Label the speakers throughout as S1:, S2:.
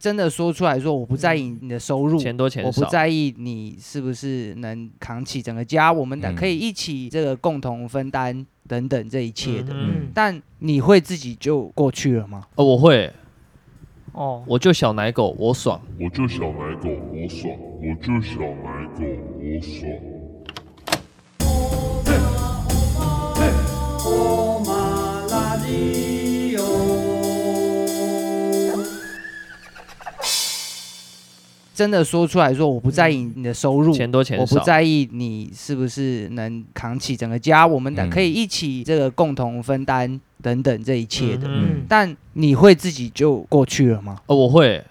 S1: 真的说出来说，我不在意你的收入，
S2: 嗯钱多钱
S1: 我
S2: 少，
S1: 不在意你是不是能扛起整个家，我们的
S3: 嗯
S1: 可以一起这个共同分担等等这一切的。
S2: 嗯
S3: 嗯，
S1: 但你会自己就过去了吗？
S2: 哦，我会，
S3: 哦，
S2: 我就小奶狗，我爽。
S4: 我就小奶狗，我爽；我就小奶狗，我爽。
S1: 真的说出来说，我不在意你的收入，
S2: 嗯钱多钱
S1: 我不
S2: 少，
S1: 在意你是不是能扛起整个家，我们的
S3: 嗯
S1: 可以一起这个共同分担等等这一切的。
S3: 嗯
S2: 嗯，
S1: 但你会自己就过去了吗？
S2: 哦，我会，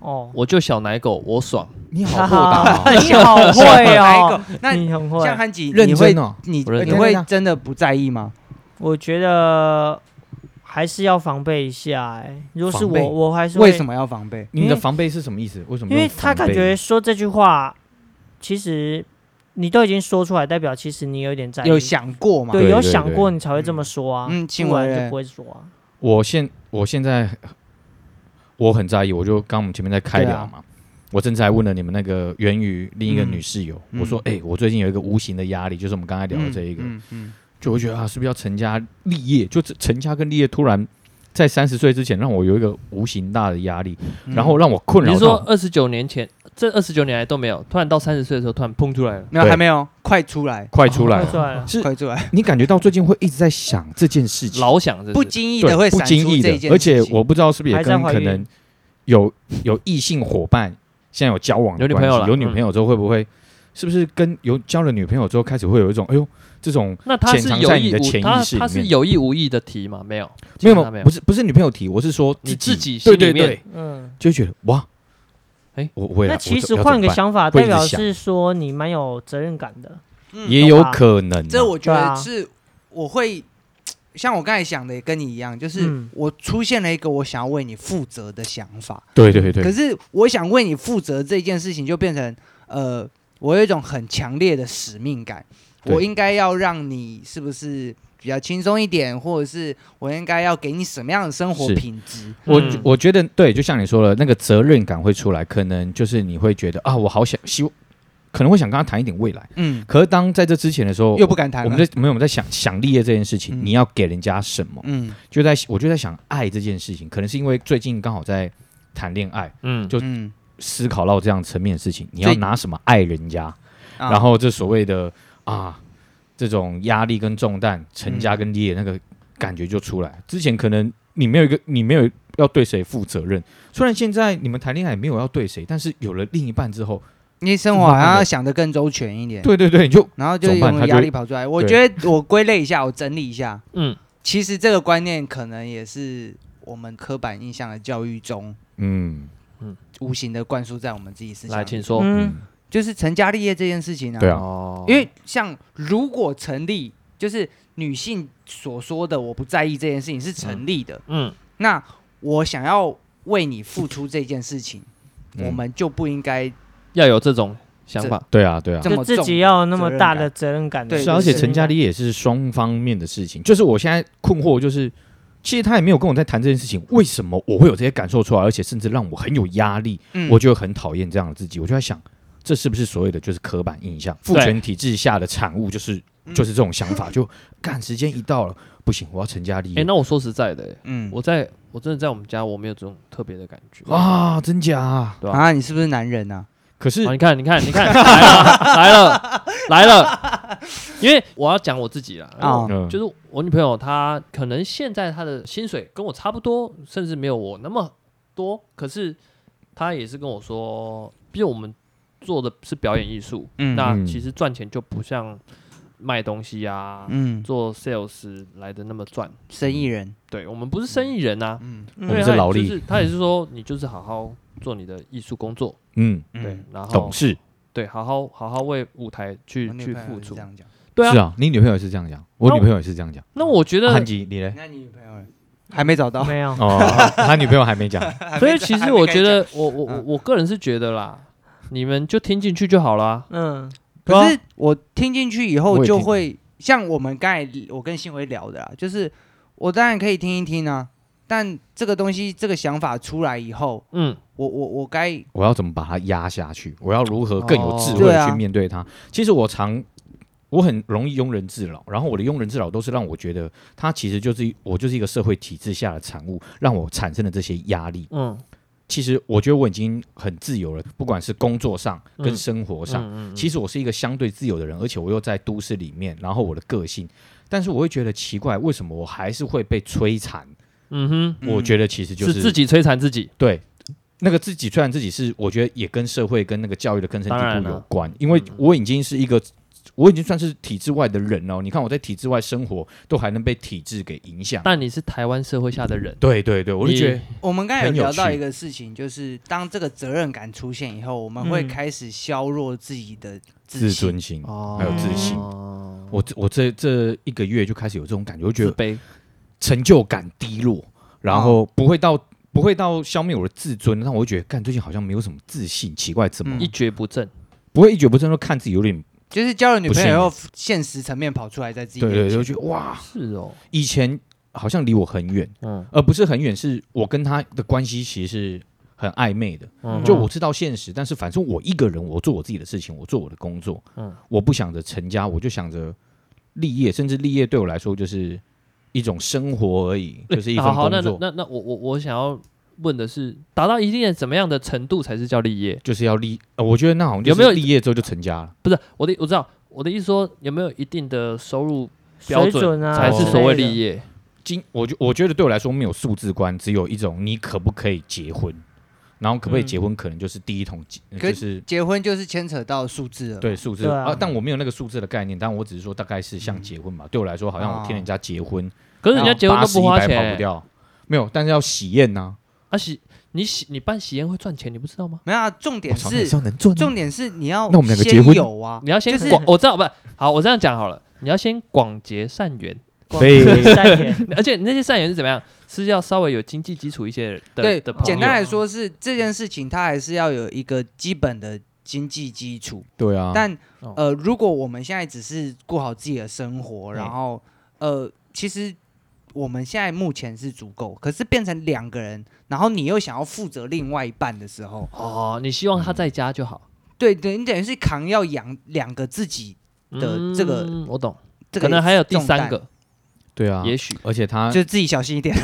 S3: 哦，
S2: 我就小奶狗，我爽。
S5: 你
S3: 哈
S5: 好豁达
S3: 哈
S5: 哦，
S3: 你好会
S1: 哪一
S3: 哦
S1: 个，？ 那
S3: 你很会。
S1: 像汉吉，
S5: 认
S1: 你会
S5: 真哦
S1: 你
S2: 我认
S1: 你
S5: 真
S1: 会
S5: 对啊
S1: 真的不在意吗？
S3: 我觉得还是要防备一下、哎，如果是
S5: 防备
S3: 我，我还是
S1: 为什么
S3: 么？
S1: 要防备？
S5: 你
S3: 因
S5: 的
S3: 为
S5: 防备是什么意思？为什么
S3: 因
S5: 用防备？
S3: 为他感觉说这句话，其实你都已经说出来，代表其实你有点在意，
S1: 有想过吗？
S3: 对，
S5: 对
S3: 有
S5: 对
S3: 想
S5: 对
S3: 过你才会这么说啊，
S1: 嗯请
S3: 不然
S1: 问
S3: 就
S1: 嘞
S3: 不会说啊。
S5: 我现我现在我很在意，我就刚我们前面在开
S1: 对
S5: 聊
S1: 啊
S5: 嘛，我甚至还问了你们那个源于另一个
S1: 嗯
S5: 女室友，
S1: 嗯
S5: 我说：“哎、我最近有一个无形的压力，就是我们刚才聊的
S1: 嗯
S5: 这一个，
S1: 嗯嗯，
S5: 就我觉得啊，是不是要成家立业？就成家跟立业突然在三十岁之前让我有一个无形大的压力，
S1: 嗯
S5: 然后让我困
S2: 你
S5: 扰
S2: 是说
S5: 到。”
S2: 二十九年前，这二十九年来都没有，突然到三十岁的时候突然砰出来了。
S1: 没有
S5: 对
S1: 还没有，快出来，
S5: 快出来
S3: 快
S5: 了！
S3: 出来了，
S5: 是
S1: 快出来，
S5: 你感觉到最近会一直在想这件事情，
S2: 老想着
S1: 不经意
S5: 对，
S1: 的会
S5: 不
S1: 闪
S5: 经
S1: 出
S5: 意
S1: 这
S5: 的
S1: 一件事情，
S5: 而且我不知道是不是也
S3: 还在
S5: 跟
S3: 怀
S5: 可
S3: 孕
S5: 能有有异性伙伴现在有交往的
S2: 有女
S5: 关
S2: 朋友
S5: 系
S2: 了
S5: 有女
S2: 嗯
S5: 朋友之后会不会、是不是跟有交了女朋友之后开始会有一种哎呦这种
S2: 那他是
S5: 潜藏
S2: 有
S5: 在你
S2: 意
S5: 的
S2: 无
S5: 潜
S2: 他
S5: 意识
S2: 他
S5: 里
S2: 是
S5: 面
S2: 有意无意的提吗？没有，
S5: 没
S2: 基
S5: 有
S2: 本上没有，
S5: 不是不是女朋友提，我是说
S2: 你
S5: 自
S2: 自己
S5: 对
S2: 心
S5: 对
S2: 里面
S5: 对，
S3: 嗯。
S5: 就会觉得哇，
S2: 哎
S5: 我我也
S3: 那
S5: 来
S3: 其
S5: 我
S3: 实
S5: 要
S3: 换
S5: 怎么
S3: 个
S5: 办
S3: 想法，
S5: 会一直
S3: 代表
S5: 想
S3: 是说你蛮有责任感的。
S1: 嗯
S5: 也
S3: 懂
S5: 有
S3: 吧
S5: 可能啊、
S1: 这我觉
S3: 对
S1: 得
S3: 啊
S1: 是我会。像我刚才想的也跟你一样，就是
S3: 嗯
S1: 我出现了一个我想要为你负责的想法，
S5: 对对对
S1: 可是我想为你负责这件事情，就变成呃，我有一种很强烈的使命感，
S5: 对
S1: 我应该要让你是不是比较轻松一点，或者是我应该要给你什么样的生活
S5: 是
S1: 品质？
S5: 我
S2: 嗯
S5: 觉我觉得对，就像你说的，那个责任感会出来，可能就是你会觉得啊，我好想希望，可能会想跟他谈一点未来。
S1: 嗯，
S5: 可是当在这之前的时候，
S1: 又不敢谈
S5: 我
S1: 了。
S5: 们在没有我们在想想立业这件事情，
S1: 啊嗯
S5: 你要给人家什么？
S1: 嗯，
S5: 就在我就在想爱这件事情，可能是因为最近刚好在谈恋爱，
S2: 嗯，
S5: 就
S1: 嗯，
S5: 思考到这样层面的事情，你要拿什么爱人家？
S1: 啊
S5: 然后这所谓的啊，这种压力跟重担，成
S1: 嗯
S5: 家跟立业那个感觉就出来。之前可能你没有一个，你没有要对谁负责任。虽然现在你们谈恋爱也没有要对谁，但是有了另一半之后，
S1: 你生活好像要想的更周全一点，
S5: 对对对，你就
S1: 然后就
S5: 怎么办
S1: 有
S5: 他就
S1: 压力跑出来。我
S5: 对
S1: 觉得我归类一下，我整理一下，
S2: 嗯，
S1: 其实这个观念可能也是我们刻板印象的教育中
S5: 嗯
S1: 无形的灌输在我们自己身上
S2: 来，
S1: 里，
S2: 请说。
S3: 嗯，
S1: 就是成家立业这件事情啊。
S5: 对啊，
S2: 哦
S1: 因为像如果成立，就是女性所说的“我不在意”这件事情是成立的，
S2: 嗯，
S1: 那我想要为你付出这件事情，
S5: 嗯
S1: 我们就不应该
S2: 要有这种想法。
S5: 对啊对啊
S1: 这。么
S3: 就自
S1: 重
S3: 己要有那
S1: 责
S3: 么
S1: 任
S3: 大
S1: 感
S3: 的责任感的
S1: 对
S3: 事
S5: 是
S3: 情
S5: 啊，
S3: 啊，
S5: 而且成家立业也是双方面的事情。就是我现在困惑，就是其实他也没有跟我在谈这件事情，为什么我会有这些感受出来，而且甚至让我很有压力？
S1: 嗯
S5: 我就很讨厌这样的自己，我就在想，这是不是所谓的就是刻板印象？父权体制下的产物就是
S2: 嗯
S5: 就是这种想法，就干时间一到了，不行，我要成家立
S2: 哎，
S5: 业
S2: 那我说实在的，哎
S1: 嗯
S2: 我在我真的在我们家我没有这种特别的感觉。
S5: 啊，真假啊？
S2: 对吧
S1: 啊，你是不是男人啊？
S5: 可是
S2: 啊，你看，你看，你看，来了，来了，来了。因为我要讲我自己啦，
S1: 啊
S5: 嗯
S2: 就是我女朋友她可能现在她的薪水跟我差不多，甚至没有我那么多，可是她也是跟我说，毕竟我们做的是表演艺术，
S1: 嗯
S2: 那其实赚钱就不像卖东西啊、
S1: 嗯，
S2: 做 sales 来的那么赚。
S1: 生意人，
S2: 对我们不是生意人啊，
S1: 嗯
S3: 我
S5: 我们
S2: 对
S5: 是
S2: 她也
S5: 劳力
S2: 就是她也是说你就是好好做你的艺术工作，
S5: 嗯，
S2: 对
S1: 嗯，，
S2: 然后
S5: 懂事
S2: 对，好好好好为舞台去
S1: 我女
S2: 去
S1: 朋友
S2: 付
S1: 是
S2: 出
S1: 这。样讲。
S2: 对
S5: 是
S2: 啊，
S5: 啊，你女朋友也是这样讲，我
S2: 那
S5: 女朋友也是这样讲。
S2: 那我觉
S5: 啊
S2: 得
S5: 韩，吉， 你嘞？
S1: 那你女朋友呢还没找到？
S3: 没有，
S5: 哦，他女朋友还没讲，
S2: 所以其
S1: 还
S2: 实
S1: 没
S2: 我
S1: 开
S2: 觉
S1: 讲
S2: 得，我我我
S1: 嗯
S2: 我个人是觉得啦，你们就听进去就好啦。
S3: 嗯，
S5: 对啊
S1: 可是我听进去以
S5: 我
S1: 后
S5: 也
S1: 就
S5: 听
S1: 会像我们刚才我跟新维聊的啦，就是我当然可以听一听啊，但这个东西，这个想法出来以后，
S2: 嗯，
S1: 我我我该
S5: 我要怎么把它压下去？我要如何更有智
S1: 哦
S5: 慧
S1: 对啊
S5: 去面对它？其实我常我很容易庸人自扰，然后我的庸人自扰都是让我觉得它其实就是我就是一个社会体制下的产物，让我产生了这些压力。
S2: 嗯，
S5: 其实我觉得我已经很自由了，不管是工作上跟
S2: 嗯
S5: 生活
S2: 我
S5: 上，
S2: 嗯
S5: 其实我是一个相对自由的人，而且我又在都市里面，然后我的个性，但是我会觉得奇怪，为什么我还是会被摧残？
S2: 嗯哼，
S1: 嗯
S5: 我觉得其实就是
S2: 自己摧残自己，
S5: 对，那个自己虽然自己是，我觉得也跟社会跟那个教育的根深
S2: 当然啊嗯
S5: 蒂固
S2: 了
S5: 有关，因为我已经是一个。我已经算是体制外的人了哦，你看我在体制外生活，都还能被体制给影响。
S2: 但你是台湾社会下的人，
S5: 对对对，我就觉得
S1: 我们刚才有
S5: 很有
S1: 聊到
S5: 趣
S1: 一个事情，就是当这个责任感出现以后，我们会
S3: 嗯
S1: 开始削弱自己的
S5: 自
S1: 信。
S5: 尊心，
S2: 哦
S5: 还有自信
S2: 哦
S5: 我这我这这一个月就开始有这种感觉，我觉
S2: 自哦
S5: 得
S2: 卑，
S5: 成就感低落，然后不会到不会到消灭我的自尊，但我会觉得干最近好像没有什么自信，奇怪怎么、
S1: 嗯
S2: 一蹶不振，
S5: 不会一蹶不振，都看自己有点
S1: 就是交了女朋友以
S5: 不
S1: 后，现实层面跑出来在自己
S5: 对对，
S1: 面
S5: 对
S1: 前
S5: 就觉得哇，
S2: 是哦，
S5: 以前好像离我很远，
S2: 嗯
S5: 而不是很远，是我跟他的关系其实是很暧昧的。
S2: 嗯，
S5: 就我知道现实，但是反正我一个人，我做我自己的事情，我做我的工作，
S2: 嗯
S5: 我不想着成家，我就想着立业，甚至立业对我来说就是一种生活而已，就是一份
S2: 好好，那
S5: 工
S2: 那
S5: 作，
S2: 那那我我我想要问的是，达到一定的怎么样的程度才是叫立业？
S5: 就是要立。呃我觉得那好像就
S2: 有
S5: 是
S2: 没有
S5: 立业之后就成家了？
S2: 不是我的，我知道我的意思说，有没有一定的收入标
S3: 水
S2: 准
S3: 准啊
S5: 哦
S2: 才是所谓
S3: 之类的
S2: 立业？
S5: 今我觉我觉得对我来说没有数字观，只有一种你可不可以结婚，然后可不可以结婚，可能就是第一桶金，
S1: 可
S5: 就是
S1: 结婚就是牵扯到数字了。
S5: 对数字
S3: 对啊
S5: 但我没有那个数字的概念，但我只是说大概是
S1: 嗯
S5: 像结婚嘛，对我来说好像我听
S1: 哦
S5: 人家结婚，
S2: 可
S5: 哦
S2: 是人家结婚都不花
S5: 80 100跑
S2: 钱
S5: 不，掉，没有，但是要喜宴呐、
S2: 啊喜你喜你办喜宴会赚钱，你不知道吗？
S1: 没有啊，重点
S5: 我操那也
S1: 是
S5: 要能赚啊
S1: 重点是你要
S5: 那我们两个
S1: 先
S5: 结婚
S1: 有啊，
S2: 你要先
S1: 就是
S2: 广，我知道不是好，我这样讲好了，你要先广结善缘，
S5: 非
S3: 三点，
S2: 而且你那些善缘是怎么样？是要稍微有经济基础一些的
S1: 对
S2: 的朋，友
S1: 简单来说是这件事情，它还是要有一个基本的经济基础。
S5: 对啊，
S1: 但
S2: 哦
S1: 呃，如果我们现在只是过好自己的生活，
S2: 嗯
S1: 然后呃，其实我们现在目前是足够，可是变成两个人，然后你又想要负责另外一半的时候，
S2: 哦，你希望他在家就好
S1: 对，等于等于是扛要养两个自己，的
S2: 嗯
S1: 这个
S2: 我懂，
S1: 这个
S2: 可能还有第
S1: 重担
S2: 三个，
S5: 对啊，
S2: 也许
S5: 而且他
S1: 就自己小心一点。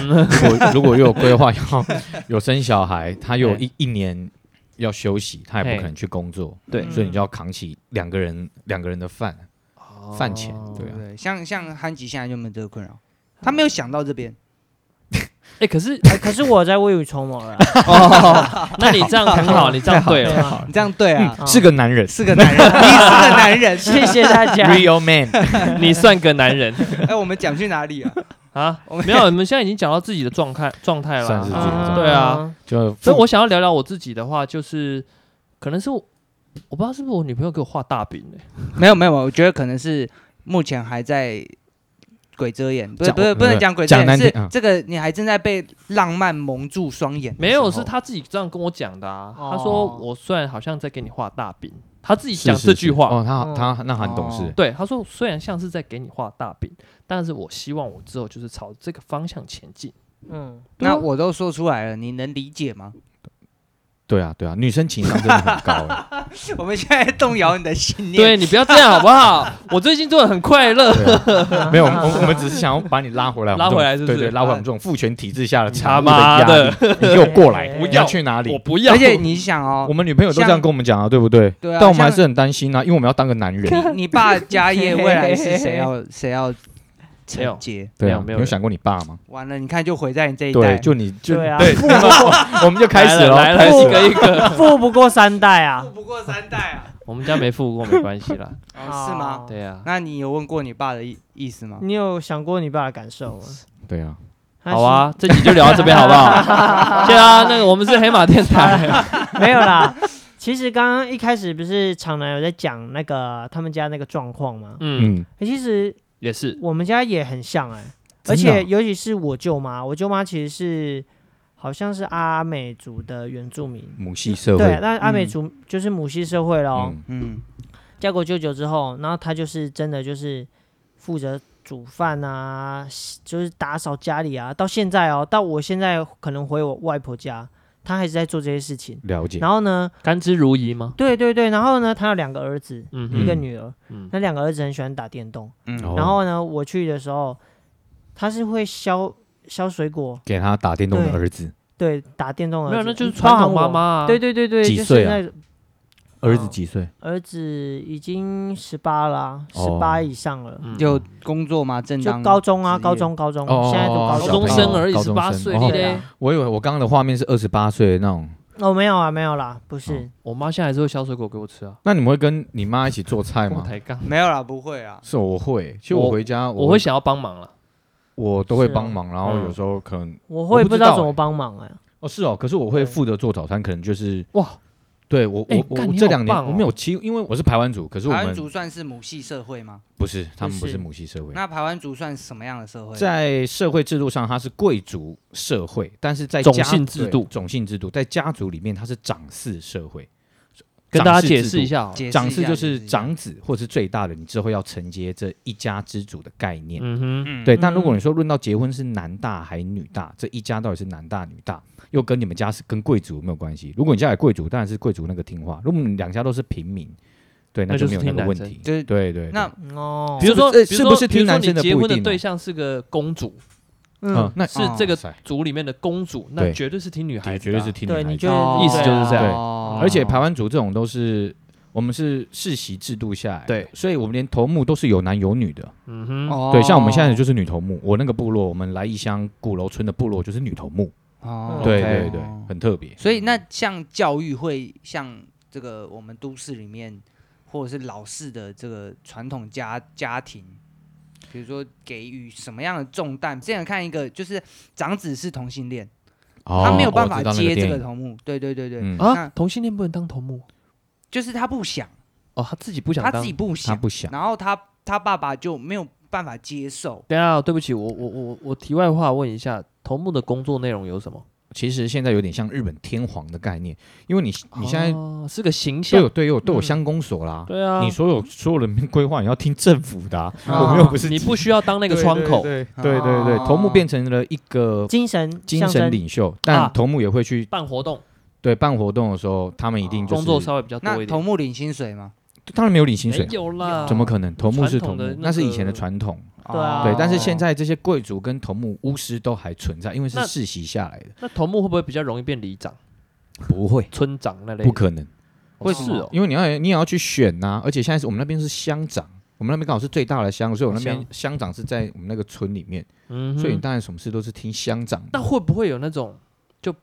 S5: 如果如果又有规划要 有生小孩，他又有一一年要休息，他也
S2: 嘿
S5: 不可能去工作，
S2: 对
S1: 嗯
S5: 所以你就要扛起两个人两个人的饭，饭钱
S2: 哦
S5: 对啊
S1: 对，像像憨吉现在就没有这个困扰，他没有想到这边，
S2: 哎，可是
S3: 可是我在未雨绸缪了，
S2: 哦， 那你这样很好，你这样 对
S3: 太好
S2: 了，
S1: 你这样对啊，
S3: 啊
S5: 是个男人
S1: 是个男人，你是个男人。
S3: 谢谢大 家。
S2: 啊
S5: ，real man，
S2: 你算个男人
S1: 哎，我们讲去哪里啊？
S2: 啊
S1: 我？们
S2: 没有，我们现在已经讲到自己的状态状态了
S5: 算是自己的
S2: 啊，
S5: 状态
S2: 对啊。，
S5: 就
S2: 所以我想要聊聊我自己的话，就是可能是我我不知道是不是我女朋友给我画大饼呢？欸
S1: 没有没有，我觉得可能是目前还在鬼遮眼，不是
S5: 讲
S1: 不是不能讲鬼遮
S5: 讲难
S1: 眼，
S5: 听
S1: 是
S5: 嗯
S1: 这个你还正在被浪漫蒙住双眼的时候。
S2: 没有，是她自己这样跟我讲的啊。
S1: 哦
S2: 她说我虽然好像在给你画大饼，她自己讲
S5: 是
S2: 这句话，
S5: 是是哦，他他那很懂事
S1: 哦，
S2: 对，她说虽然像是在给你画大饼，但是我希望我之后就是朝这个方向前进。
S3: 嗯，
S1: 那我都说出来了，你能理解吗？
S5: 对啊对啊，女生情商真的很高欸。
S1: 我们现在动摇你的信念。
S2: 对你不要这样好不好？ 我最近做的很快 乐，
S5: 啊没有，我们我们只是想要把你拉回来，
S2: 拉回来是不是啊
S5: 对对，拉回我们这种父权体制下的
S2: 他
S5: 产物
S2: 妈
S5: 压
S2: 的
S5: 力。你给我过来，
S3: 不
S5: 你
S2: 要
S5: 要去哪
S2: 我
S5: 里？
S2: 不要。
S1: 而且你想哦
S5: 我，们女朋友都这样
S1: 像
S5: 跟我们讲啊，对不对？
S1: 对啊
S5: 但我们还
S1: 像
S5: 是很担心啊，因为我们要当个男人。
S1: 你你爸家业未来是谁 要谁要承接？
S5: 对
S2: 没有
S5: 啊，
S2: 没
S5: 你
S2: 有
S5: 有想过你爸吗？
S1: 完了，你看就毁在你这一代
S5: 对，。就你就
S3: 对啊
S5: 我们就开始了，
S2: 来了，来
S5: 开
S2: 了
S5: 始
S2: 一个一个。
S3: 啊富不过三代啊，
S1: 不过三代啊，
S2: 我们家没付过，没关系啦。
S1: 哦是吗？
S2: 对啊，
S1: 那你有问过你爸的意意思吗？
S3: 你有想过你爸的感受吗？
S5: 对啊，
S3: 他
S2: 好啊，这集就聊到这边好不好？谢啦，那个我们是黑马电台，
S3: 是，没有啦。其实刚刚一开始不是常南有在讲那个他们家那个状况吗？
S2: 嗯，
S5: 嗯，
S3: 欸其实
S2: 也是，
S3: 我们家也很像哎、而
S5: 真的啊
S3: 且尤其是我舅妈，我舅妈其实是好像是阿美族的原住民，
S5: 母系社
S3: 对，
S5: 会，
S3: 那阿美
S1: 嗯
S3: 族就是母系社会咯。
S5: 嗯，
S1: 嗯，
S3: 嫁给我舅舅之后，然后她就是真的就是负责煮饭啊，洗就是打扫家里啊。到现在哦，到我现在可能回我外婆家，她还是在做这些事情。
S5: 了解，
S3: 然后呢，
S2: 甘之如饴吗？
S3: 对对对，然后呢，她有两个儿子，
S2: 嗯
S3: 一个
S2: 哼，
S3: 女儿。
S2: 嗯
S3: 那两个儿子很喜欢打电动，
S1: 嗯
S5: 哦
S3: 然后呢，我去的时候，他是会削削水果，
S5: 给他打电动的
S3: 对
S5: 儿子，
S3: 对，打电动儿子，
S2: 没有，那就是传统妈妈
S3: 包含
S2: 啊。
S3: 我。对，对对对，
S5: 几
S3: 就是
S5: 岁啊
S3: 那个
S5: 儿子几岁？
S3: 儿子已经十八啦，十
S5: 哦
S3: 八以上了，
S2: 嗯
S1: 有工作吗？正
S3: 就
S1: 当
S3: 高中啊，
S1: 职业
S3: 高中高中
S5: 哦，
S3: 现在都
S2: 高
S3: 高
S2: 中
S5: 小朋友
S2: 生而已，
S5: 高
S2: 十
S5: 中
S2: 八
S5: 生
S2: 岁
S5: 哦
S2: 你
S3: 对
S2: 嘞
S3: 啊。
S5: 我以为我刚刚的画面是二十八岁的那种。
S3: 哦，没有啊，没有啦，不
S5: 哦
S3: 是，
S2: 我妈现在还是会削水果给我吃啊。
S5: 那你们会跟你妈一起做菜
S2: 我
S5: 吗？
S2: 抬杠，
S1: 没有啦，不会啊啦。
S5: 是，我会。其实我
S2: 我
S5: 回家，
S2: 我会想要帮忙了。
S5: 我都会
S3: 是哦
S5: 帮忙，然后
S2: 嗯
S5: 有时候可能
S3: 我
S5: 我
S3: 会
S5: 不
S3: 不
S5: 知
S3: 知道
S5: 道
S3: 怎么
S5: 欸
S3: 帮忙哎，
S5: 哦是哦，可是我会
S3: 对
S5: 负责做早餐，可能就是
S2: 哇，
S5: 对我
S2: 哎
S5: 我我
S2: 干你
S5: 这
S2: 好
S5: 两年
S2: 棒哦
S5: 我没有七，因为我是排湾族，可是我
S1: 台湾
S5: 们
S1: 族算是母系社会吗？
S5: 不是，他们不
S3: 不
S5: 是
S3: 是
S5: 母系社会。
S1: 那台湾族算什么样的社会？
S5: 在社会制度上，它是贵族社会，但是在
S2: 种
S5: 家
S2: 姓制
S5: 对
S2: 度
S5: 种姓制度在家族里面它是长嗣社会。
S2: 跟大
S5: 长
S2: 家
S5: 嗣
S2: 解
S5: 制
S2: 释一
S5: 度，
S2: 下好了。
S1: 解释一下
S5: 长嗣就是
S1: 解释一下
S5: 长子或是最大的，你之后要承接这一家之主的概念。
S2: 嗯哼，
S5: 对，
S3: 嗯
S5: 但如果你说论到结婚是男大还女大，这一家到底是男大女大，又跟你们家是跟贵族有没有关系？如果你家里贵族，当然是贵族那个听话；如果你们两家都是平民，对，
S2: 那就
S5: 就没有
S2: 是
S5: 那
S2: 听
S5: 个
S2: 男
S5: 问
S2: 生
S5: 题。
S1: 就是
S5: 对对，
S1: 那
S3: 嗯哦
S2: 比，如说，
S5: 是不是
S2: 比如
S5: 是不
S2: 说
S5: 是
S2: 比如
S5: 听
S2: 说
S5: 男
S2: 你
S5: 生的
S2: 结
S5: 不一
S2: 婚的
S5: 定哦
S2: 对象是个公主，
S5: 对嗯
S3: 嗯，，
S5: 那
S2: 是
S1: 哦
S2: 这个
S5: 塞
S2: 族里面的公主，
S5: 对
S2: 那绝对是听女孩
S5: 对
S2: 子
S5: 绝
S2: 的
S5: 对
S2: 啊，
S5: 是听女
S3: 对，
S5: 孩
S3: 你
S5: 子
S3: 就
S2: 意思就是这样
S1: 哦
S5: 而且排湾族这种都是我们是世袭制度下来的，
S2: 对
S5: 所以我们连头目都是有男有女的。
S2: 嗯哼，
S1: 哦
S5: 对，像我们现在就是女头目，我那个部落，我们来义乡鼓楼村的部落就是女头目。
S1: 哦
S5: 对
S1: OK
S5: 对对，很特别。
S1: 所以那
S5: 嗯
S1: 像教育会像这个我们都市里面或者是老式的这个传统家家庭，比如说给予什么样的重担？之前看一个就是长子是同性恋，
S5: 哦
S1: 他没有办
S5: 我
S1: 法
S5: 知道那
S1: 接这
S5: 电
S1: 个
S5: 影
S1: 头目，对对对对，
S5: 嗯
S2: 啊
S1: 那，
S2: 同性恋不能当头目
S1: 就是他不想，
S2: 哦，他自己不想
S1: 他
S2: 当
S1: 自己。不
S5: 他
S1: 想，
S5: 不想。
S1: 然后他他爸爸就没有办法接受。
S2: 等一下，啊对不起，我我我我题外话问一下，头目的工作内容有什么？
S5: 其实现在有点像日本天皇的概念，因为你你现在
S2: 哦是个形
S5: 都有
S2: 象，
S5: 对有都有
S3: 嗯
S5: 乡公所啦，
S2: 对啊，
S5: 你所有所有人民规划你要听政府的啊，
S1: 啊
S5: 我们又不是
S2: 你不需要当那个窗口，
S5: 对对对对对
S2: 哦
S1: 啊
S5: 头目变成了一个
S3: 精神
S5: 精
S3: 象
S5: 神
S3: 征，
S5: 领袖，但
S2: 啊
S5: 头目也会去
S2: 办活动，
S5: 对办活动的时候，他们一定就
S2: 哦工作
S5: 是
S2: 稍微比较多
S1: 那
S2: 一
S1: 头
S2: 点。
S1: 目领薪水吗？
S5: 当然没有领薪水啊
S2: 没，有啦，
S5: 怎么可能？头目是
S2: 传
S5: 头
S2: 统的
S5: 目，
S2: 那
S5: 那是以前的
S2: 个哦
S5: 传统，
S3: 对啊
S5: 对。但是现
S1: 在。
S5: 在这些贵族跟头目、巫师都还存在，因为是
S2: 那
S5: 世袭下来的，
S2: 那头目会不会比较容易变里长、
S5: 不会，
S2: 村长那类的？
S5: 不可能。
S2: 哦，
S1: 为
S2: 是
S1: 什么
S2: 哦，
S5: 因为你要你也要去选呐、而且现在是我们那边是乡长，我们那边刚好是最大的乡，所以我那边
S2: 乡
S5: 乡长是在我们那个村里面，
S2: 嗯哼，
S5: 所以你当然什么事都是听乡长的。
S2: 那会不会有那种就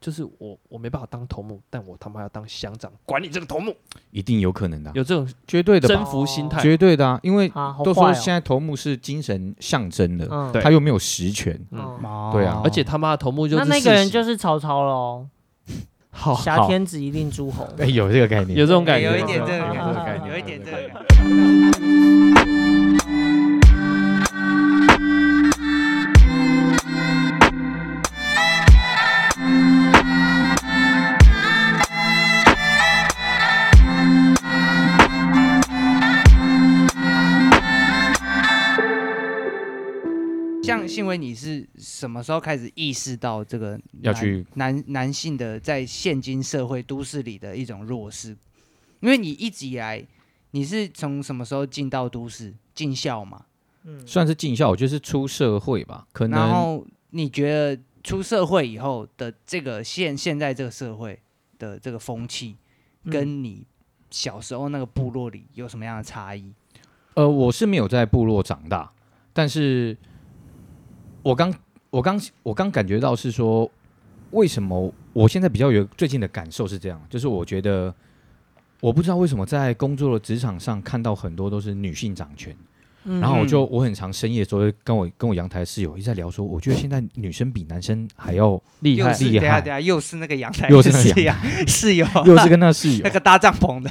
S2: 就是我我没办法当头目，但我他妈要当乡长，管你这个头目，
S5: 一定有可能的啊、
S2: 有这种
S5: 绝对的
S2: 征
S5: 吧，
S2: 服心态。
S5: 绝对的啊，因为
S3: 啊，好
S5: 都
S3: 坏
S5: 说
S3: 哦
S5: 现在头目是精神象征的，
S3: 嗯，
S2: 对
S5: 他又没有实权，
S2: 嗯，
S3: 嗯
S5: 对啊
S2: 而且他妈的头目就是
S3: 那那个人
S2: 世袭
S3: 就是曹操喽，
S2: 好
S3: 挟天子以令诸侯，
S5: 哦 哎，有这个概
S2: 有
S5: 念，
S2: 这种感觉，
S1: 有一点这个
S5: 有这个概
S1: 有一点这个
S5: 念。
S1: 感觉。像信威，你是什么时候开始意识到这个
S5: 要
S1: 男
S5: 去
S1: 男男性的在现今社会都市里的一种弱势？因为你一直以来你是从什么时候进到都市进校嘛？
S3: 嗯，
S5: 算是尽孝，我觉得是出社会吧，可
S1: 然
S5: 能
S1: 后你觉得出社会以后的这个现现在这个社会的这个风气，
S3: 嗯
S1: 跟你小时候那个部落里有什么样的差异？
S5: 呃，我是没有在部落长大，但是我刚我刚我刚感觉到是说，为什么我现在比较有最近的感受是这样，就是我觉得我不知道为什么在工作的职场上看到很多都是女性掌权，
S3: 嗯
S5: 然后我就我很常深夜的时候会跟我跟我阳台室友一直在聊说，我觉得现在女生比男生还要
S2: 厉
S1: 又
S2: 害
S1: 是
S5: 厉害
S1: 等一下等一下，啊又是那个阳台，
S5: 又是那个
S1: 是呀，室友，
S5: 又是跟那室友
S1: 那个搭帐篷的，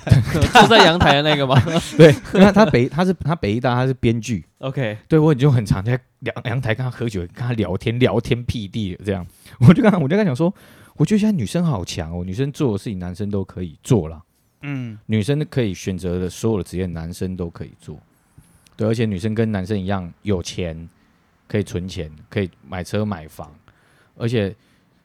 S2: 坐在阳台的那个吗
S5: 对，因为他北他是他北医大他是编剧，
S2: ？OK，
S5: 对我就很常在阳阳台跟他喝酒，跟他聊天，聊天屁地的这样。 我就跟他，我就跟他讲说，我觉得现在女生好强哦，女生做的事情男生都可以做啦，
S1: 嗯，
S5: 女生可以选择的所有的职业男生都可以做。对，而且女生跟男生一样有钱，可以存钱，可以买车买房，而且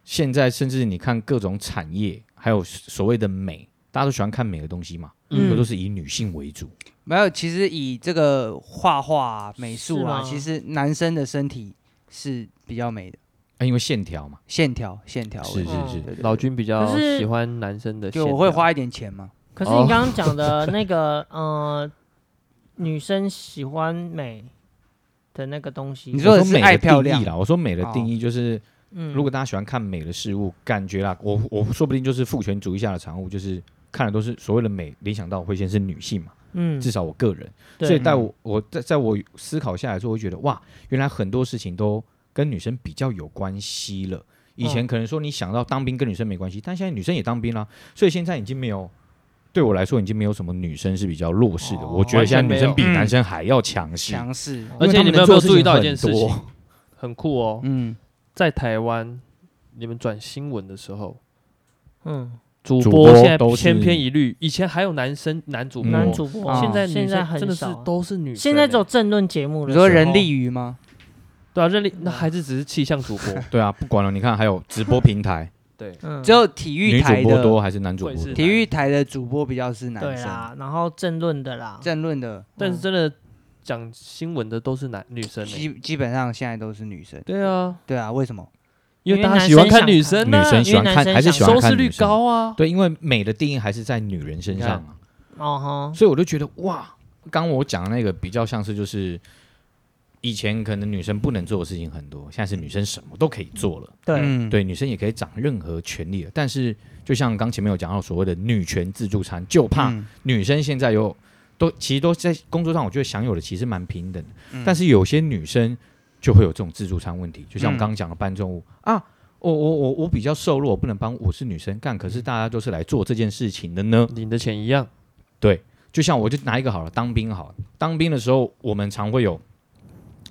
S5: 现在甚至你看各种产业，还有所谓的美，大家都喜欢看美的东西嘛，
S3: 嗯
S5: 可都是以女性为主。
S1: 没有，其实以这个画画啊、美术啊，
S3: 是吗
S1: 其实男生的身体是比较美的，
S5: 啊，因为线条嘛，
S1: 线条线条
S5: 是
S1: 为主。
S5: 是
S3: 哦
S5: 是，
S1: 对对
S2: 老
S1: 对
S2: 君比较
S3: 可是
S2: 喜欢男生的线
S1: 就
S2: 条，
S1: 我会花一点钱嘛，
S3: 可是你刚刚讲的那个，
S5: 哦
S3: 呃，女生喜欢美的那个东西，
S1: 你说的是
S5: 美
S1: 爱
S5: 的
S1: 漂
S5: 定
S1: 亮
S5: 义
S1: 哦
S5: 啦，我说美的定义就是，
S3: 嗯，
S5: 如果大家喜欢看美的事物，感觉啦，我我说不定就是父权主义下的产物，就是看的都是所谓的美，联想到会先是女性嘛，
S3: 嗯，
S5: 至少我个人，
S3: 对
S5: 所以在
S1: 嗯
S5: 我我在在我思考下来之后，我会觉得哇，原来很多事情都跟女生比较有关系了。以
S3: 嗯
S5: 前可能说你想到当兵跟女生没关系，但现在女生也当兵啦、所以现在已经没有。对我来说，已经没有什么女生是比较弱势的。
S3: 哦
S5: 我觉得现在女生比
S1: 完全没有嗯
S5: 男生还要强势。
S1: 强势。
S5: 哦
S2: 而且你们有没有注意到一件事
S5: 因为他们能做的事
S2: 情
S5: 情很？
S2: 很酷哦，
S1: 嗯，
S2: 在台湾，你们转新闻的时候，
S3: 嗯，
S2: 主
S5: 主
S2: 播
S5: 播
S2: 现在
S5: 都
S2: 千
S5: 是
S2: 篇一律，以前还有男生男主播，
S5: 嗯
S3: 男主播
S1: 哦
S2: 现在女
S3: 现在
S2: 生
S3: 很
S2: 真的是
S3: 少，啊
S2: 都是女生欸，
S3: 现在只有政论节目了。
S1: 你说人力鱼吗？
S2: 对啊，任力那还是只是气象主 播，
S5: 对啊，不管了，你看还有直播平台，
S2: 对，
S3: 嗯，
S1: 只有体育
S5: 女主
S1: 台
S5: 播多
S1: 的
S5: 还是男主播
S2: 会是
S5: 多？
S1: 体育台的主播比较是男
S3: 对啊
S1: 生，
S3: 啦，然后政论的啦，
S1: 政论的
S2: 但是真的讲新闻的都是男女生欸，
S3: 嗯
S1: 基基本上现在都是女生。
S2: 对啊，
S1: 对啊，为什么？
S2: 因为
S3: 因为
S2: 大家
S3: 男
S2: 喜欢
S3: 生
S2: 看
S3: 想
S2: 女
S3: 看
S2: 生
S5: 女
S2: 啊，
S5: 生喜欢看，
S3: 因为男生
S5: 还是喜欢
S2: 收
S5: 看
S2: 视
S5: 女
S2: 率
S5: 生。
S2: 高啊，
S5: 对，因为美的定义还是在女人身上啊，
S3: 哦哈，
S5: 所以我就觉得哇，刚我讲的那个比较像是就是以前可能女生不能做的事情很多，现在是女生什么都可以做了，
S3: 对，
S1: 嗯，
S5: 对，女生也可以掌任何权利了。但是就像刚前面有讲到所谓的女权自助餐，就怕
S1: 嗯
S5: 女生现在有都其实都在工作上，我觉得享有的其实蛮平等的，
S1: 嗯
S5: 但是有些女生就会有这种自助餐问题，就像我
S1: 嗯
S5: 刚刚讲的搬重物、啊，我我我我比较瘦弱，我不能帮，我是女生
S1: 嗯
S5: 干，可是大家都是来做这件事情的呢。
S2: 领的钱一样，
S5: 就像我就拿一个好了，当兵好了，当兵的时候我们常会有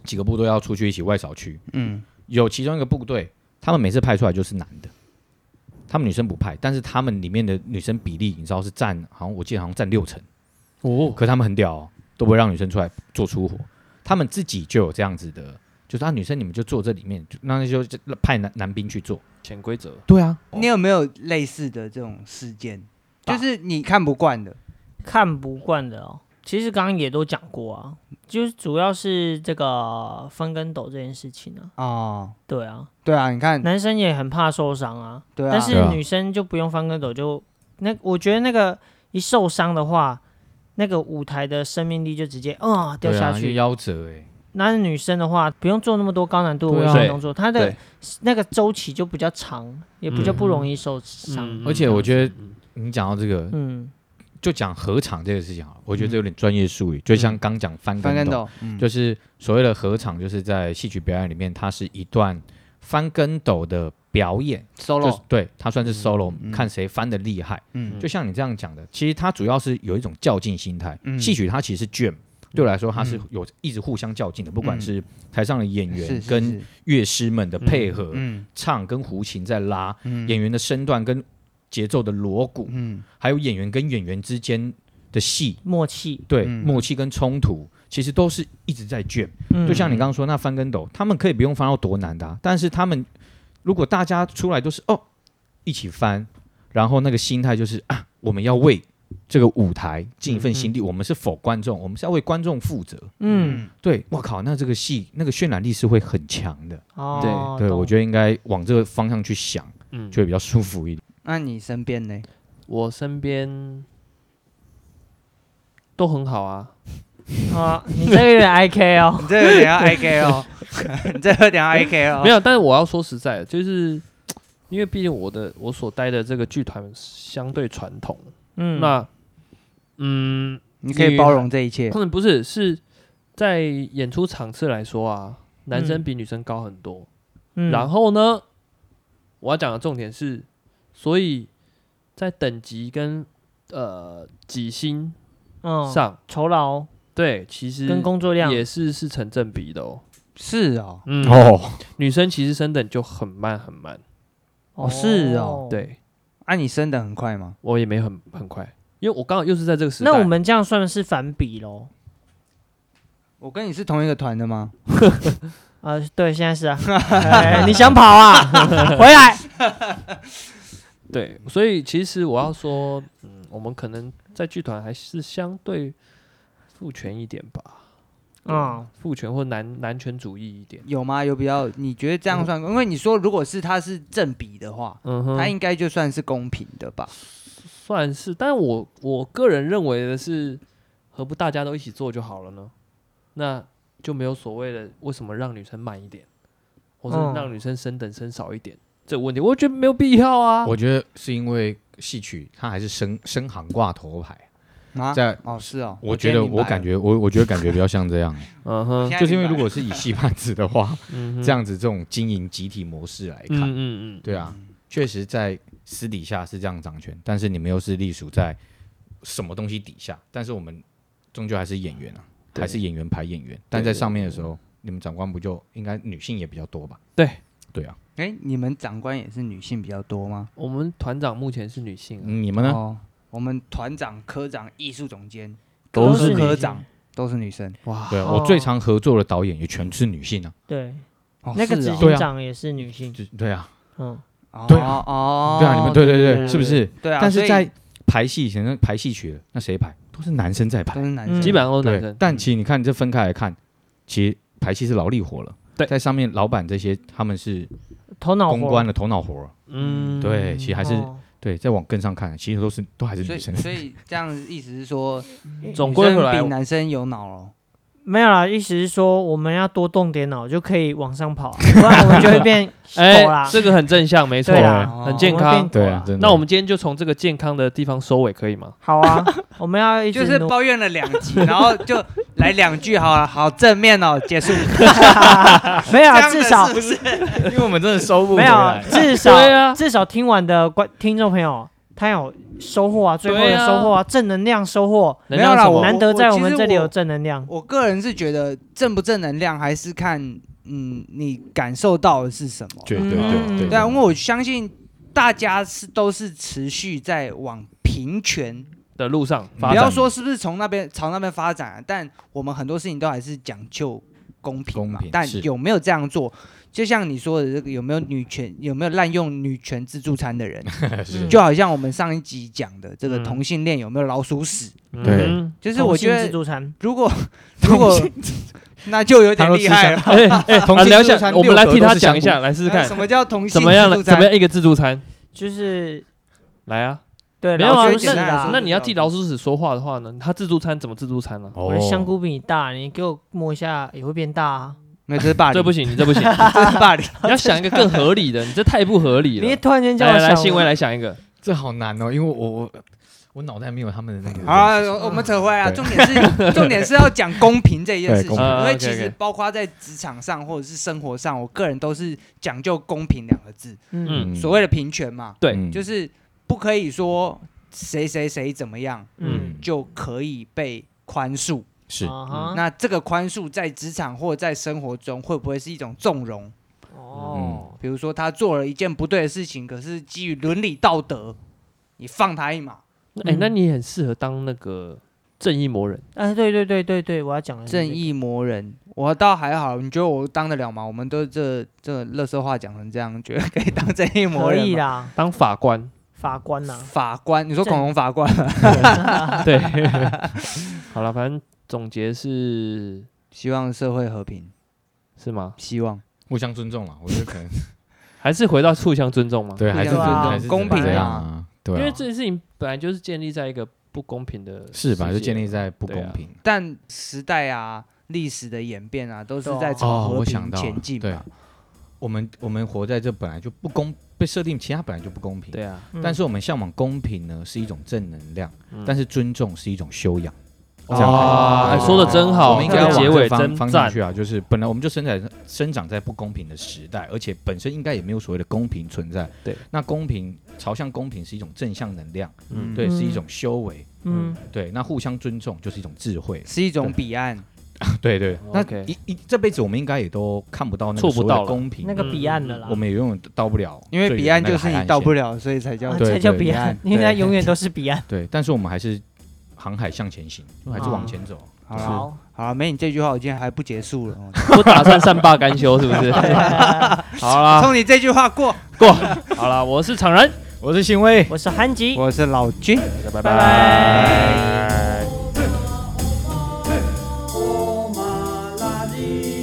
S5: 几个部队要出去一起外扫区，
S1: 嗯，
S5: 有其中一个部队，他们每次派出来就是男的，他们女生不派，但是他们里面的女生比例，你知道是占，好像我记得好像占六成。
S2: 哦，
S5: 可他们很屌、哦，都不会让女生出来做粗活，他们自己就有这样子的，就是啊，女生你们就坐这里面，就那就就派男男兵去做。
S2: 潜规则，
S5: 对啊，
S1: 你有没有类似的这种事件？就是你看不惯的，
S3: 看不惯的哦。其实刚刚也都讲过啊，就是主要是这个翻跟斗这件事情啊，
S1: 哦，
S3: 对啊，
S1: 对啊，你看，
S3: 男生也很怕受伤啊，
S1: 对啊，
S3: 但
S5: 对
S3: 是
S5: 啊
S3: 女生就不用翻跟斗，就那我觉得那个一受伤的话，那个舞台的生命力就直接啊、掉
S5: 对
S3: 下
S5: 啊，就
S3: 去。
S5: 夭折哎、欸。
S3: 那女生的话，不用做那么多高难度的
S5: 对
S3: 危
S5: 啊
S3: 险动作，她的
S5: 对
S3: 那个周期就比较长，也比较不容易受伤。
S2: 嗯
S5: 而且我觉得你讲到这个，
S3: 嗯，
S5: 就讲合场这个事情好了，我觉得这有点专业术语，
S2: 嗯
S5: 就像刚讲翻
S1: 翻跟
S5: 斗，
S1: 斗，嗯
S5: 就是所谓的合场，就是在戏曲表演里面，它是一段翻跟斗的表演，就是
S1: solo，
S5: 对，它算是 solo，、
S1: 嗯
S5: 看谁翻的厉害。
S1: 嗯
S5: 就像你这样讲的，其实它主要是有一种较劲心态。
S1: 嗯
S5: 戏曲它其实是卷，对我来说它是
S1: 嗯
S5: 有一直互相较劲的，不管
S1: 嗯
S5: 是台上的演员
S1: 是是
S5: 跟
S1: 是
S5: 乐师们的配合，
S1: 嗯
S5: 唱跟胡琴在拉，
S1: 嗯
S5: 演员的身段跟节奏的锣鼓，
S1: 嗯
S5: 还有演员跟演员之间的戏，
S3: 默契，
S5: 对、
S1: 嗯
S5: 默契跟冲突，其实都是一直在卷。
S3: 嗯
S5: 就像你刚刚说那翻跟斗，他们可以不用翻到多难的啊、但是他们如果大家出来都是哦一起翻，然后那个心态就是啊，我们要为这个舞台尽一份心力，我们是否观众，我们是要为观众负责。
S3: 嗯，
S5: 对，我靠，那这个戏那个渲染力是会很强的。
S3: 哦，
S5: 对，我
S3: 得
S5: 觉得应该往这个方向去想，
S2: 嗯
S5: 就会比较舒服一点。
S1: 那你身边呢？
S2: 我身边都很好啊，
S3: 啊，你这个有点 IK 哦，
S1: 你这有点 要 I K 哦， 你这有点要 I K
S3: 啊
S1: 哦，
S2: 没
S1: 有，
S2: 有，但是我要说实在的，就是因为毕竟我的我所待的这个剧团相对传统，
S3: 嗯，
S2: 那嗯，
S1: 你可以包容这一切
S5: 啊
S2: 他，们不是是在演出场次来说啊，男生
S3: 嗯
S2: 比女生高很多。
S3: 嗯
S2: 然后呢，我要讲的重点是，所以在等级跟呃几星
S3: 嗯，
S2: 上，
S3: 酬劳
S2: 对，其实
S3: 跟工作量，
S2: 也是是成正比的哦。
S1: 是哦，
S2: 嗯，
S5: 哦，
S2: 女生其实升等就很慢很慢，
S1: 哦是哦，
S2: 对
S1: 啊，你升的很快吗？
S2: 我也没很很快，因为我刚好又是在这个时代。
S3: 那我们这样算是反比喽，
S1: 我跟你是同一个团的吗？
S3: 啊、对，现 在是啊，哎你想跑啊？回来，
S2: 对，所以其实我要说，嗯，我们可能在剧团还是相对父权一点吧，
S3: 嗯，
S2: 父权或男男权主义一点。
S1: 有吗？有比较？你觉得这样算？
S5: 嗯
S1: 因为你说如果是它是正比的话，
S2: 嗯
S1: 它
S2: 哼，
S1: 应该就算是公平的吧？
S2: 算是，但我我个人认为的是，何不大家都一起做就好了呢？那就没有所谓的为什么让女生慢一点，或是
S3: 嗯
S2: 让女生升等升少一点、这个问题，我觉得没有必要啊。
S5: 我觉得是因为戏曲它还是深深行挂头牌，
S1: 啊，
S5: 在
S1: 哦是哦，
S5: 我觉得我感觉我我觉得感觉比较像这 样，
S2: 嗯哼，
S5: 就是因为如果是以戏班子的话，
S2: 嗯哼
S5: 这，样子这种经营集体模式来
S2: 嗯
S5: 看，
S2: 嗯嗯，
S5: 对啊，确实在私底下是这样掌权，但是你们又是隶属在什么东西底下？但是我们终究还是演员啊，
S2: 对
S5: 还是演员排演员，但在上面的时候，你们长官不就应该女性也比较多吧？
S2: 对，
S5: 对啊，
S1: 哎、诶你们长官也是女性比较多吗？
S2: 我们团长目前是女性、啊，
S5: 嗯你们呢？
S1: 哦，我们团长、科长、艺术总监
S5: 都是
S1: 跟科
S3: 女
S1: 长，都是女生。
S2: 哇，
S5: 对啊，
S3: 哦
S5: 我最常合作的导演也全是女性啊，
S3: 对，
S1: 哦
S3: 那个
S1: 是
S3: 执
S1: 哦
S5: 对
S3: 行
S5: 啊
S3: 长也是女性，
S5: 就对啊，
S3: 嗯，
S1: 哦
S5: 对啊
S1: 哦，
S5: 对啊，你们对对对，
S1: 对
S5: 是不是？
S1: 对啊，
S5: 但
S1: 所
S5: 是
S1: 以
S5: 在排戏以前，那排戏曲的那谁排都是男生在排
S1: 都，是男
S3: 嗯
S1: 生，
S2: 基本上都是男
S5: 对
S2: 生，。
S5: 但其实你看，这分开来看，其实排戏是劳力活了。
S2: 对
S5: 在上面老板这些他们是
S3: 头脑活
S5: 公关的头脑活，
S2: 嗯，
S5: 对，其实还是
S3: 哦
S5: 对。再往更上看，其实都是都还是
S1: 所
S5: 女
S1: 以
S5: 生。
S1: 所以这样意思是说，
S2: 总
S1: 女
S2: 归回
S1: 生
S2: 来
S1: 比，男生有脑了。
S3: 没有啦，意思是说我们要多动点脑，就可以往上 跑啊，不然我们就会变狗啦
S2: 哎，。这个很正向，没错
S3: 对，啦
S1: 哦
S2: 啊很健
S3: 我们会变
S2: 康。
S5: 对啊，真的。
S2: 那我们今天就从这个健康的地方收尾，可以吗？
S3: 好啊，我们要一直
S1: 就是
S3: 努
S1: 抱怨了两 集，然后就来两句好了，好正面哦，结 束。
S3: 没有
S1: 这
S3: 啊，
S1: 样
S3: 至
S1: 子
S3: 少
S1: 是不是？
S5: 因为我们真的收不
S3: 没有啊，至少
S2: 对啊
S3: 至少听完的观听众朋友，他有收获啊，最后
S2: 对
S3: 的
S2: 啊
S3: 收获啊，正能量收获，
S2: 能
S1: 没有
S2: 量
S1: 啦
S2: 什
S1: 我
S2: 么？
S3: 难得在我们
S1: 其实
S3: 这里
S1: 我
S3: 有正能量。
S1: 我个人是觉得正不正能量还是看嗯你感受到的是什么。
S5: 对对
S2: 嗯
S5: 对
S1: 对啊，因为我相信大家是都是持续在往平权，
S2: 的路上发
S1: 不
S2: 展
S1: 要说是不是从那边朝那边发展、啊，但我们很多事情都还是讲究公平嘛。
S5: 公平是
S1: 但有没有这样做？就像你说的这个，有没有女权？有没有滥用女权自助餐的 人？
S5: 是
S1: 就好像我们上一集讲的这个
S2: 嗯
S1: 同性恋有没有老鼠屎？
S5: 对
S2: 嗯
S1: 就是我觉
S3: 同性自
S1: 得，
S3: 助餐，
S1: 如 果如果 那就有
S5: 他
S1: 点
S5: 都
S1: 厉
S5: 吃
S1: 害
S5: 香
S1: 了。
S2: 哎 哎，
S5: 同
S2: 啊
S5: 性
S2: 聊一
S5: 自助
S2: 下，
S5: 餐
S2: 我们来
S5: 六
S2: 替
S5: 格都
S2: 他
S5: 是
S2: 讲一
S5: 香
S2: 下，来试试看
S1: 哎什么叫同性
S2: 怎么样
S1: 自
S2: 了？
S1: 助
S2: 怎
S1: 餐
S2: 么样一个自助餐？
S3: 就是
S2: 来啊，
S3: 对
S2: 没有啊
S3: 老
S1: 鼠
S3: 鼠
S1: 屎
S3: 屎
S1: 啊
S2: 那
S3: 啦
S2: 那你要替老鼠屎说话的话呢？他自助餐怎么自助餐啊
S5: 哦
S2: 了？
S3: 我的
S1: 哦
S3: 香菇比你大，你给我摸一下也会变大啊！
S1: 那这是霸
S2: 这
S1: 凌，
S2: 不行，你这不行，
S1: 这是 霸凌。
S2: 你要想一个更合理的，你这太不合理
S3: 你
S2: 了。
S3: 突然间叫
S2: 来
S3: 我
S2: 来来，
S3: 想，
S2: 信威来想一个，
S5: 这好难哦，因为我我我脑袋没有他们的那个。
S1: 好啊，我我们扯回来啊，
S5: 对
S1: 重点是重点是要讲公平这一件事情，
S5: 对公
S2: 平
S1: 因
S2: 啊
S1: 为
S2: ，OK，OK
S1: 其实包括在职场上或者是生活上，我个人都是讲究公平两个字，
S3: 嗯
S5: 嗯
S1: 所谓的平权嘛，
S2: 对
S5: 嗯
S1: 就是不可以说谁谁谁怎么样
S3: 嗯，
S1: 就可以被宽恕。
S5: 是嗯
S3: 啊
S2: 嗯
S3: 哈
S1: 那这个宽恕在职场或在生活中会不会是一种纵容？
S3: 哦，
S1: 比如说他做了一件不对的事情，可是基于伦理道德，你放他一马，
S2: 哎，
S3: 嗯
S2: 那你很适合当那个正义魔人。
S3: 哎，对对对对对，我要讲的是
S1: 正
S3: 哦这个
S1: 义魔人，我倒还好，你觉得我当得了吗？我们都这这乐色话讲成这样，觉得可以当正义魔
S3: 可
S1: 人
S3: 以
S1: 吗？
S3: 啦，
S2: 当法官，
S3: 法官呐，
S1: 法官，你说恐龙法官，
S2: 对， 好了，反正总结是
S1: 希望社会和平，
S2: 是吗？
S1: 希望
S5: 互相尊重了，我觉得可能
S2: 还是回到互相尊重吗？，
S5: 对，啊还是
S3: 互相尊重
S5: 还是
S1: 公平啊
S5: 这样啊，对
S2: 因
S5: 啊，
S2: 为这件事情本来就是建立在一个不公平的
S5: 是吧？
S2: 世
S5: 就
S2: 界
S5: 建立在不
S2: 对啊
S5: 公平。
S1: 但时代啊、历史的演变啊，都是
S3: 对啊
S1: 在朝
S5: 哦，
S1: 和
S5: 我想
S1: 平
S5: 到
S1: 前进
S5: 对
S1: 嘛。，
S5: 我们我们活在这本来就不公，被设定其他本来就不公平。
S2: 对啊，
S3: 嗯
S5: 但是我们向往公平呢，是一种正能量，
S2: 嗯
S5: 但是尊重是一种修养。
S2: 哦
S5: 这样
S2: 哎
S5: 对
S2: 说得真好
S5: 我们应该要
S3: 这
S5: 往
S3: 个
S2: 结尾
S5: 这方
S2: 真
S5: 方向
S2: 赞
S5: 去啊，就是本来我们就生在生长在不公平的时代，而且本身应该也没有所谓的公平存在。
S2: 对，
S5: 那公平朝向公平是一种正向能量，
S2: 嗯，
S5: 对，
S3: 嗯
S5: 是一种修为。
S3: 嗯，
S5: 对，那互相尊重就是一种智慧。
S1: 是一种彼岸，
S5: 对对，那
S2: OK
S5: 一一这辈子我们应该也都看不到那
S2: 触
S5: 个
S2: 不
S5: 所谓
S2: 到
S5: 的
S2: 了
S5: 公平
S3: 那，个彼岸的啦
S5: 我，们也永远到不了
S1: 因
S5: 最远
S1: 为
S5: 的那个
S1: 彼岸
S5: 海岸线，
S1: 就是你到不了，所以才叫
S3: 啊
S5: 对
S3: 这叫彼岸，
S5: 对
S3: 因为它
S5: 对
S3: 永远都是彼岸。
S5: 对，但是我们还是航海向前行，就还是往前走。
S1: 好啦。好好了，没你这句话，我今天还不结束了。哦
S2: 不打算善罢甘休是不是？ 好
S5: 啊
S2: 啦，
S1: 冲你这句话过。
S2: 好啦，我是常人，
S5: 我是新威，
S3: 我是韩吉，
S1: 我是老君。
S5: 拜
S3: 拜拜。
S5: 拜。
S6: 马拉基。